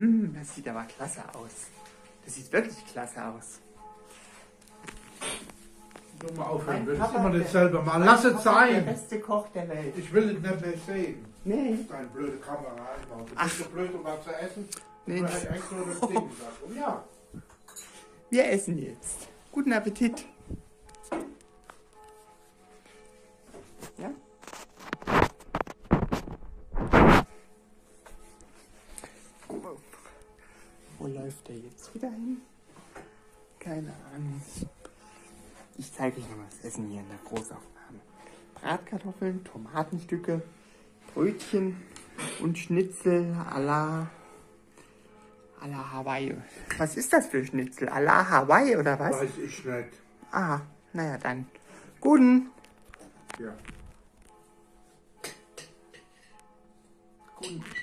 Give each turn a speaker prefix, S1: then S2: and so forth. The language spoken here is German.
S1: Hm, Das sieht aber klasse aus. Das sieht wirklich klasse aus.
S2: Nur mal aufhören,
S1: Mein
S2: das ist
S1: Papa,
S2: immer
S1: der-
S2: dasselbe Mal. Lass es
S1: Der
S2: sein!
S1: beste Koch der Welt.
S2: Ich will es nicht mehr sehen.
S1: Nee.
S2: Deine blöde Kamera einbaut. Du
S1: Ach.
S2: bist so blöd, um was zu essen.
S1: Nee,
S2: Nee.
S1: das-
S2: Ich extra das Ding gesagt. Und ja,
S1: Wir essen jetzt. Guten Appetit. Ja? Wo läuft der jetzt wieder hin? Keine Ahnung. Ich zeige euch noch mal das Essen hier in der Großaufnahme. Bratkartoffeln, Tomatenstücke, Brötchen und Schnitzel à la A la Hawaii. Was ist das für Schnitzel? A la Hawaii oder was?
S2: weiß ich nicht.
S1: Ah, naja, dann. Guten.
S2: Ja.
S1: Guten.